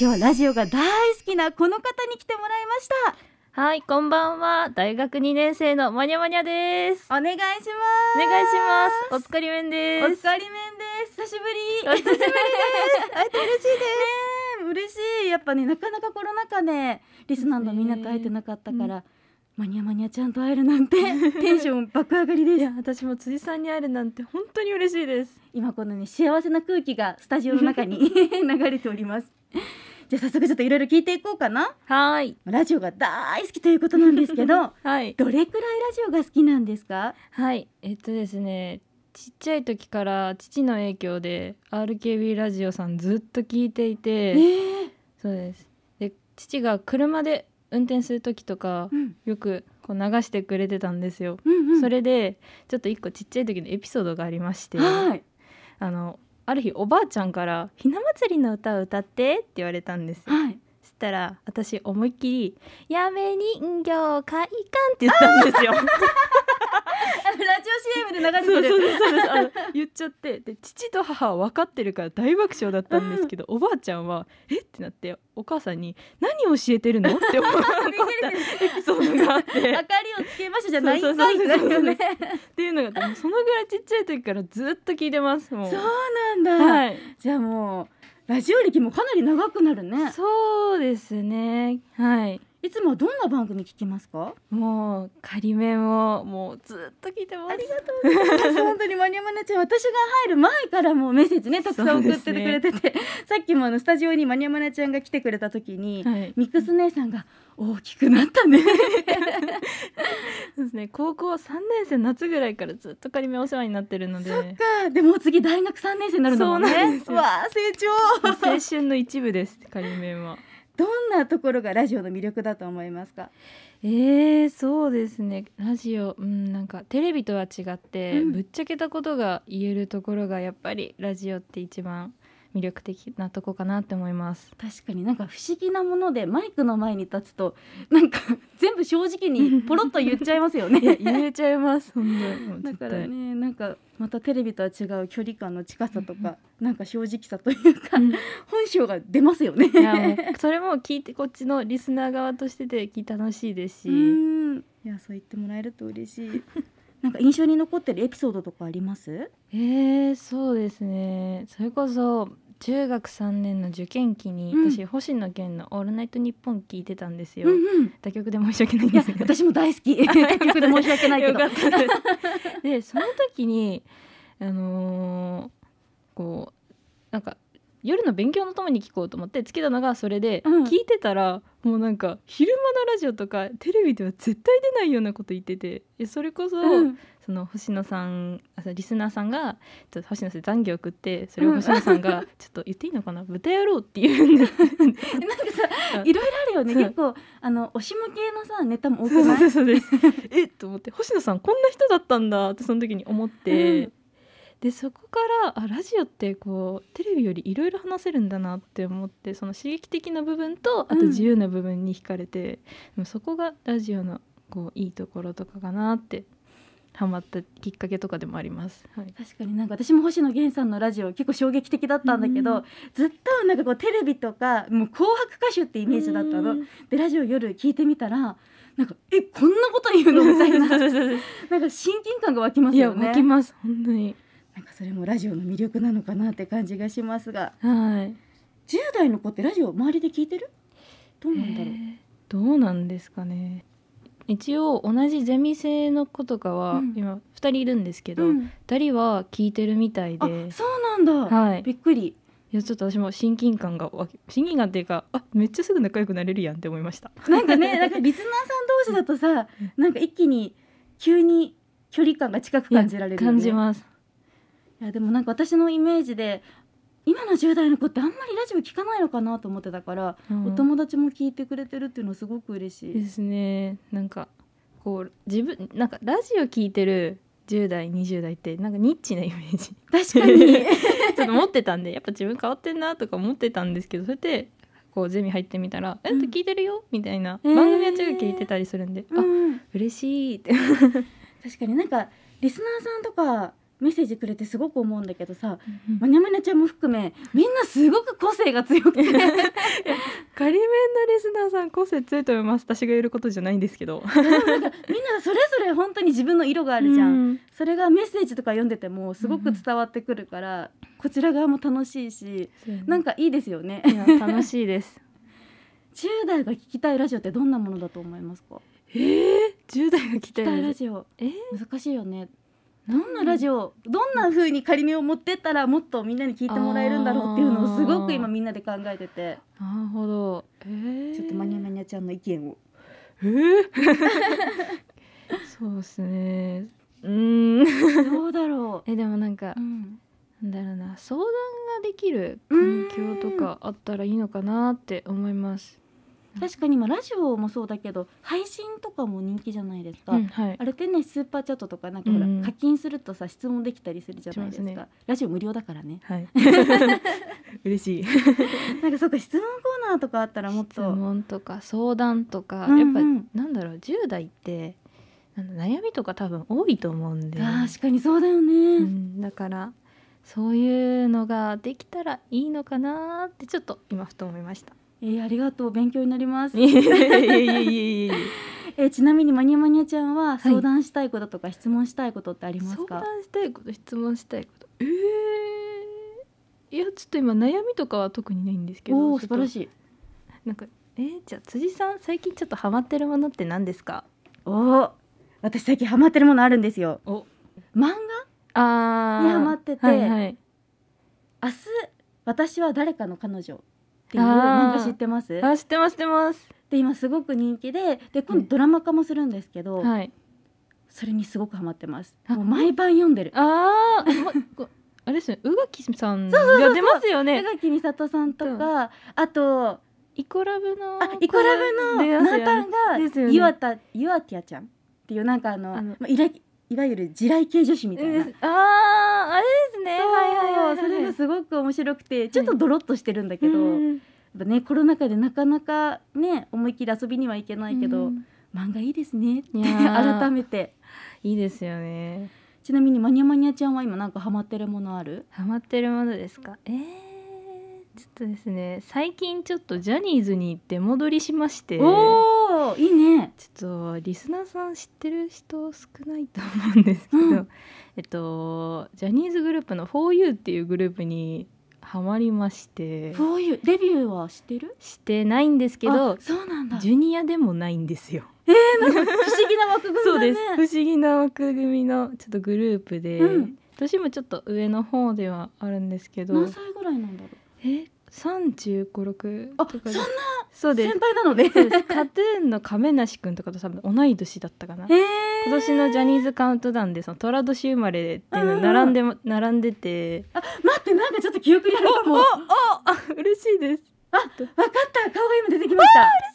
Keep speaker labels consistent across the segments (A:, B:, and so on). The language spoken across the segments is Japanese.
A: 今日ラジオが大好きなこの方に来てもらいました。
B: はい、こんばんは。大学2年生のマニャマニャです。
A: お願いします。
B: お願いします。おつかりめん
A: お
B: です。
A: 疲れ面です。久しぶり。
B: お久しぶ
A: 会
B: りです
A: えて嬉しいです。ねえ、嬉しい。やっぱね、なかなかコロナ禍で、リスナーのみんなと会えてなかったから、マニアマニアちゃんと会えるなん て、テンション爆上がりです。
B: 私も辻さんに会えるなんて本当に嬉しいです。
A: 今このね、幸せな空気がスタジオの中 に流れております。じゃあ早速ちょっといろいろ聞いていこうかな。
B: はい。
A: ラジオが大好きということなんですけど、
B: はい。
A: どれくらいラジオが好きなんですか
B: はい。えっとですね、ちっちゃい時から父の影響で RKB ラジオさんずっと聞いてい
A: え
B: て、そうです。で、父が車で運転する時とか
A: う、ん、
B: よくこう流してくれてたんですよ。
A: うんうん、
B: それで、ちょっと一個ちっちゃい時のエピソードがありまして、
A: はい。
B: あのある日おばあちゃんから「ひな祭りの歌を歌って」って言われたんですよ
A: はい。
B: そしたら私思いっきり「やめ人形開館」って言ったんですよ
A: ラジオ CM で流れ
B: そうそう
A: てる。
B: そうそうですあの言っちゃってで父と母は分かってるから大爆笑だったんですけど、おばあちゃんは「えっ?」てなってお母さんに「何を教えてるの?」って 思ったエピソードがあって
A: 明かりをつけましたじゃないんかい
B: そうそう
A: ってな
B: そうそう
A: るよね。
B: っていうのがあってもうそのぐらいちっちゃい時からずっと聞いてますもう。
A: そうなんだ。
B: はい
A: じゃあもうラジオ歴もかなり長くなるね。
B: そうですねはい
A: いつもはどんな番組聞きますか？
B: もう仮面をもうずっと聞いてます。
A: ありが 本当にマニアマニアちゃん私が入る前からもうメッセージねたくさん送っててくれて て、さっきもあのスタジオにマニアマニアちゃんが来てくれた時に、
B: はい、
A: ミックス姉さんが大きくなったね。
B: そうですね。高校三年生夏ぐらいからずっと仮面お世話になってるので、
A: そっか。でもう次大学三年生になるんだもんね。
B: そうなんですよ
A: わあ成
B: もう
A: 長。
B: 青春の一部です。仮面は。
A: どんなところがラジオの魅力だと思いますか？
B: えー、そうですね。ラジオ、うん、なんかテレビとは違って、
A: うん
B: ぶっちゃけたことが言えるところがやっぱりラジオって一番魅力的なとこかなって思います。
A: 確かになんか不思議なものでマイクの前に立つとなんか全部正直にポロッと言っちゃいますよ
B: いや
A: ね。
B: 言えちゃいます。本当にもう
A: だ
B: 絶
A: か
B: 対。
A: らねなんかまたテレビとは違う距離感の近さとかなんか正直さというか
B: うん
A: 本性が出ますよね。
B: いやもうそれも聞いてこっちのリスナー側としてで聞いて楽しいですし、
A: うんいやそう言ってもらえると嬉し い。なんか印象に残ってるエピソードとかあります？
B: えー、そうですねそれこそ中学3年の受験期に、
A: うん
B: 私星野源の「オールナイトニッポン」聞いてたんですよ、
A: うんうん。
B: 他局で申し訳ないん
A: い
B: で
A: や
B: すけど
A: 私も大好き。他局で申し訳ないけ
B: よ
A: ど
B: か。ったですでその時にあのーこうなんか夜の勉強のともに聞こうと思ってつけたのがそれで、
A: うん
B: 聞いてたらもうなんか昼間のラジオとかテレビでは絶対出ないようなこと言っててえそれこそ、
A: うん
B: その星野さんあリスナーさんがちょっと星野さんに残業送ってそれを星野さんが「ちょっと言っていいのかな豚野郎」って言うんです
A: なんかさ
B: う、ん
A: いろいろあるよね。
B: そう
A: 結構あのおしも系のさネタも多
B: そ
A: く
B: う
A: ない
B: そう。そうですえっと思って星野さんこんな人だったんだってその時に思って、
A: うん
B: でそこからあラジオってこうテレビよりいろいろ話せるんだなって思ってその刺激的な部分とあ
A: う
B: と
A: ん
B: 自由な部分に惹かれて、でもそこがラジオのこういいところとかかなってハマったきっかけとかでもあります。はい
A: 確かになんか私も星野源さんのラジオ結構衝撃的だったんだけど、
B: うん
A: ずっとなんかこうテレビとかもう紅白歌手ってイメージだったの、
B: うん
A: でラジオ夜聞いてみたらなんかえこんなこと 言うのみたいな なんか親近感が湧きます
B: いや
A: よね
B: 湧きます本当に
A: なんかそれもラジオの魅力なのかなって感じがしますが
B: はい
A: 10代の子ってラジオ周りで聞いてるどうなんだろう、
B: えーどうなんですかね一応同じゼミ生の子とかは、
A: うん
B: 今2人いるんですけど、
A: うん
B: 2人は聞いてるみたいで
A: あそうなんだ、
B: はい
A: びっくり
B: いやちょっと私も親近感が湧き親近感っていうかあめっちゃすぐ仲良くなれるやんって思いました
A: なんか ね、なんかリスナーさん同士だとさ、なんか一気に急に距離感が近く感じられる、ね。
B: 感じます
A: いやでもなんか私のイメージで、今の10代の子ってあんまりラジオ聞かないのかなと思ってたから、
B: うん
A: お友達も聞いてくれてるっていうのはすごく嬉し
B: で
A: い。
B: すねなんかこう自分なんかラジオ聞いてる10代20代ってなんかニッチなイメージ
A: 確かに。
B: ちょっと持ってたんでやっぱ自分変わってんなとか思ってたんですけどそれでこうゼミ入ってみたら「えっと聞いてるよ」みたいな、
A: えー
B: 番組は中聞いてたりするんで「
A: う
B: あ
A: ん、
B: 嬉しい」って
A: 確かになんかリスナーさんとか。メッセージくれてすごく思うんだけどさ
B: うん
A: まにゃまにゃちゃんも含めみんなすごく個性が強く て
B: 仮面のリスナーさん個性強いと思います私が言えることじゃないんですけど
A: みんなそれぞれ本当に自分の色があるじゃん、それがメッセージとか読んでてもすごく伝わってくるから、こちら側も楽しいしなん
B: か
A: かいいですよね
B: 楽し いです
A: 10代が聞きたいラジオってどんなものだと思いますか
B: えー、10代が来た
A: 聞き
B: よ
A: たいラジオ
B: えー
A: 難しいよねどんなラジオどんな風に仮面を持ってったらもっとみんなに聞いてもらえるんだろうっていうのをすごく今みんなで考えてて
B: なるほどえー、
A: ちょっとマニアマニアちゃんの意見を
B: えー、そうですねうーん
A: どうだ ろう
B: えでもなんか
A: うん
B: なんだろうな相談ができる環境とかあったらいいのかなって思います。
A: 確かに今ラジオもそうだけど配信とかも人気じゃないですか、
B: うん、はい
A: あれってねスーパーチャットとかなんかほら、
B: うん
A: 課金するとさ質問できたりするじゃないですか
B: します
A: ラジオ無料だからね
B: はい。 嬉しい。
A: なんかそうか質問コーナーとかあったらもっ
B: 質
A: と
B: 問とか相談とか、
A: うんうん
B: やっぱなんだろう10代ってなんだ悩みとか多分多いと思うんで、
A: あー確かにそうだよね、
B: うん、だからそういうのができたらいいのかなってちょっと今ふと思いました。
A: えーありがとう勉強になります
B: いえいえいえいえいえ。
A: えーちなみにマニアマニアちゃんはい相談したいこととか質問したいことってあります
B: 相
A: か、
B: 談したいこと質問したいことえー、いやちょっと今悩みとかは特にないんですけど
A: おお素晴ら
B: い
A: しい
B: なんかえー、じゃあ辻さん最近ちょっとハマってるものって何ですか
A: おお私最近ハマってるものあるんですよ
B: お
A: 漫
B: あ
A: 画にハマってて、
B: はいはい
A: 明日私は誰かの彼女っていう
B: あ
A: 漫
B: ー
A: 画知ってます
B: あ知ってます知ってます
A: で今すごく人気でで今
B: はい
A: 度ドラマ化もするんですけど、
B: はい
A: それにすごくハマってます
B: あ
A: もう毎晩読んでる
B: あー、ま、こあれですね宇垣さんが出ますよ
A: 宇
B: ね
A: 垣美里さんとかあと
B: イコラブの
A: あイコラブのナータ
B: ン
A: ン
B: です
A: が
B: よね
A: 岩田岩ティアちゃんっていうなんかあの
B: あの
A: まあいらいわゆる地雷系女子みたいな。
B: あーあれですね
A: そう
B: はいはいはいはい
A: それがすごく面白くてちょっとドロッとしてるんだけ
B: う
A: ど、やっ
B: ん
A: ぱねコロナ禍でなかなかね思いっきり遊びにはいけないけど、
B: うん
A: 漫画いいですねって
B: いやー
A: 改めて
B: いいですよね
A: ちなみにマニアマニアちゃんは今なんかハマってるものある
B: ハマってるものですかえー、ちょっとですね最近ちょっとジャニーズに出戻りしましてちょ
A: おおいいね
B: っとリスナーさん知ってる人少ないと思うんですけど、
A: うん
B: えっとジャニーズグループの「4U」っていうグループにハマりまして
A: こういうデビューはしてる
B: してないんですけど
A: あそうなんだ不
B: ジュニアでもないんですよ。
A: 思議な枠組み
B: そう
A: だ
B: で
A: ね
B: す不思議な枠組みのちょっとグループで、
A: うん
B: 年もちょっと上の方ではあるんですけど
A: 何歳ぐらいなんだろう
B: え三十五六
A: あ
B: とかで
A: そんな
B: そうで
A: 先
B: す。
A: 輩なのでへ
B: そうです カトゥーンの亀梨君とかと多分同い年だったかな。
A: え
B: 今年のジャニーズカウントダウンでその寅年生まれっていうのに並んでも並んでて、
A: あ待ってなんかちょっと記憶にあるかも
B: おお
A: わか
B: あ嬉しいです。
A: った顔が今出てきました嬉しい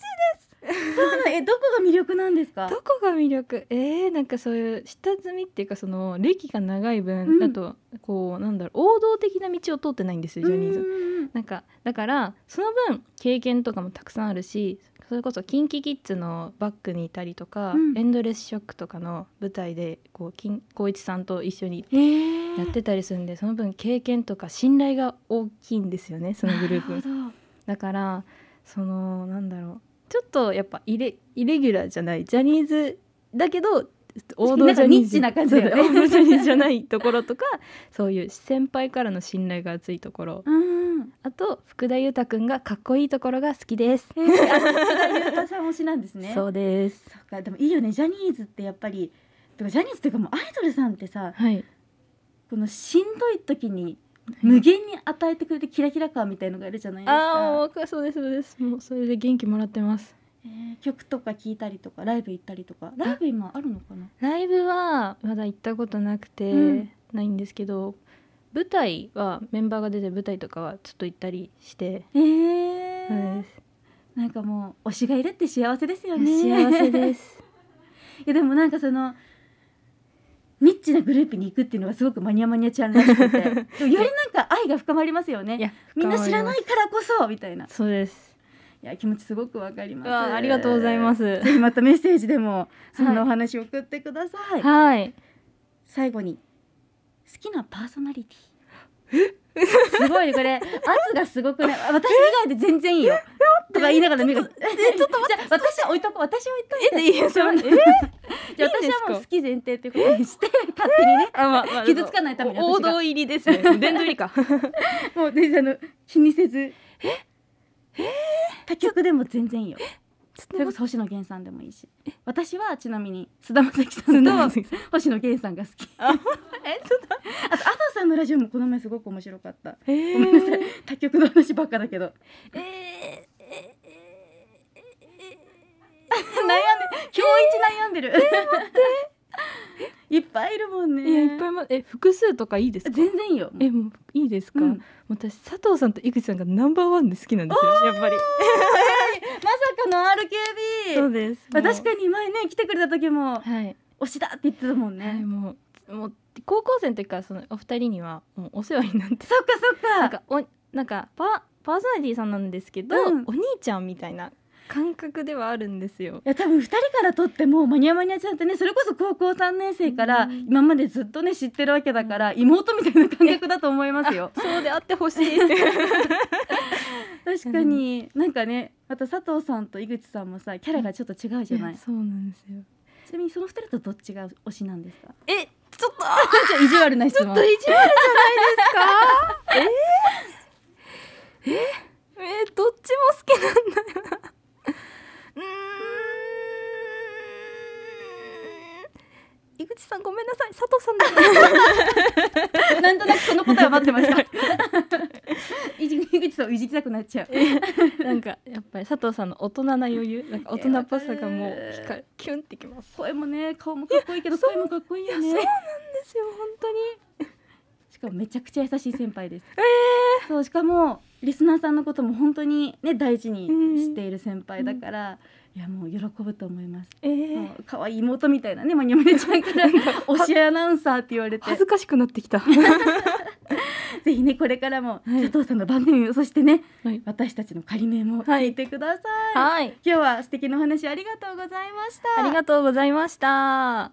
A: ですそうなんだえどこが魅力なんですか
B: どこが魅力？えー、なんかそういう下積みっていうかその歴が長い分、
A: うん
B: だとこうなんだろう王道的な道を通ってないんですよジャニーズ。
A: ズ
B: なんかだからその分経験とかもたくさんあるしそれこそ KinKiKids のバックにいたりとか、
A: うん
B: エンドレスショックとかの舞台でこう金光一さんと一緒に
A: へえ
B: やってたりするんでその分経験とか信頼が大きいんですよねそのグルー プ
A: プ
B: だからそのなんだろうちょっとやっぱイレイレギュラーじゃないジャニーズだけど王道ジャニーズ
A: なんかニッチな感じだよね
B: そう王道ジャニーズじゃないところとかそういう先輩からの信頼が厚いところ
A: うん
B: あと福田裕太くんがかっこいいところが好きです。
A: へえあそれがゆうたさん推しなんですね
B: そうです。
A: そっかでもいいよねジャニーズってやっぱりてかジャニーズっていうかもうアイドルさんってさ
B: はい。
A: このしんどい時に無限に与えてくれるキラキラ感みたいのがあるじゃないです
B: ああ、
A: か、
B: わかそうですそうです。もうそれで元気もらってます。
A: えー曲とか聴いたりとかライブ行ったりとかライブ今あるのかな
B: ライブはまだ行ったことなくて、
A: うん
B: ないんですけど、舞台はメンバーが出てる舞台とかはちょっと行ったりして。
A: え
B: そう
A: ー、
B: です
A: なんかもう推しがいるって幸せですよね
B: 幸せ
A: い
B: です。
A: やでもなんかそのニッチなグループに行くっていうのがすごくマニアマニアちゃんらしく てでもよりなんか愛が深まりますよ
B: い
A: ね
B: や、。
A: みんな知らないいからこそみたいな
B: そうです。
A: いや気持ちすごくわかります
B: わあありがとうございますす。
A: ぜひまたメッセージでもそんなお話を送ってください、
B: はい。
A: 最後に好きなパーソナリティすごいねこれ圧がすごくねあ私以外で全然いいよとか言いながら目が じゃあ私は置いとこう私は置いといて
B: えいやそんな
A: じゃあ
B: いいん
A: 私
B: ですか
A: はもう好き前提ということにして勝手にね
B: あまあまあ
A: 傷つかないために
B: お王
A: 私が
B: 道入りですね殿堂入り か
A: もう全然あの気にせずえ他局でも全然いいよそれこそ星野源さんでもいいし私はちなみに菅田将暉さんと
B: 菅田
A: 星野源さんが好き
B: えちょっと
A: あと、アドさんのラジオもこの前すごく面白かった。
B: え
A: ごめんなさい。他局の話ばっかだけど。
B: え
A: 悩んで、今日一悩んでる。いっぱいいるもんね。
B: いやいっぱいまえ複数とかいいですか
A: 全然いいよ。
B: えもういいですか、
A: うん
B: 私佐藤さんと井口さんがナンバーワンで好きなんですよやっぱり
A: まさかの RKB。
B: そうです
A: まあ確
B: に
A: かに前ね来てくれた時も
B: はい
A: 推しだって言ってたもん
B: はい、
A: ね。
B: もうもう高校生の時からそのお二人にはもうお世話になって
A: そっかそっか。
B: なんかおなんかパパーソナリティさんなんですけど、
A: うん
B: お兄ちゃんみたいな感覚ではあるんですよ。
A: いや多分2人からとってもマニアマニアちゃんってねそれこそ高校3年生から
B: うん
A: 今までずっとね知ってるわけだから妹みたいな感覚だと思います よ。
B: そうであってほし いって。
A: 確かに、なんかねまた佐藤さんと井口さんもさキャラがちょっと違うじゃない、
B: そうなんですよ。
A: ちなみにその二人とどっちが推しなんですか
B: え、ちょっと、
A: じゃあ意地悪な質
B: ちょ
A: 問
B: っと意地悪じ ゃないですか。えー、え、えー、どっちも好きなんだよな。うーん。井口さんごめんなさい佐藤さんだ、ね、
A: なんとなくその答えは待ってました井口さんを いじりたくなっちゃう
B: なんかやっぱり佐藤さんの大人な余裕なんか大人っぽさがもう光るキュンってきます
A: 声もね顔もかっこいいけど声もかっこいいよ
B: いや
A: ね
B: そうですよ本当に
A: しかもめちゃくちゃ優しい先輩です
B: え
A: そうしかもリスナーさんのことも本当にね大事にしている先輩だから、いやもう喜ぶと思います
B: ええ
A: もう可愛い妹み たいなねマニアマニアちゃんから推しアナウンサーって言われて
B: 恥ずかしくなってきた
A: ぜひねこれからも
B: はい
A: 佐藤さんの番組をそしてね、
B: はい
A: 私たちの仮名も聞いてください、
B: はい
A: 今日は素敵なお話ありがとうございました
B: ありがとうございました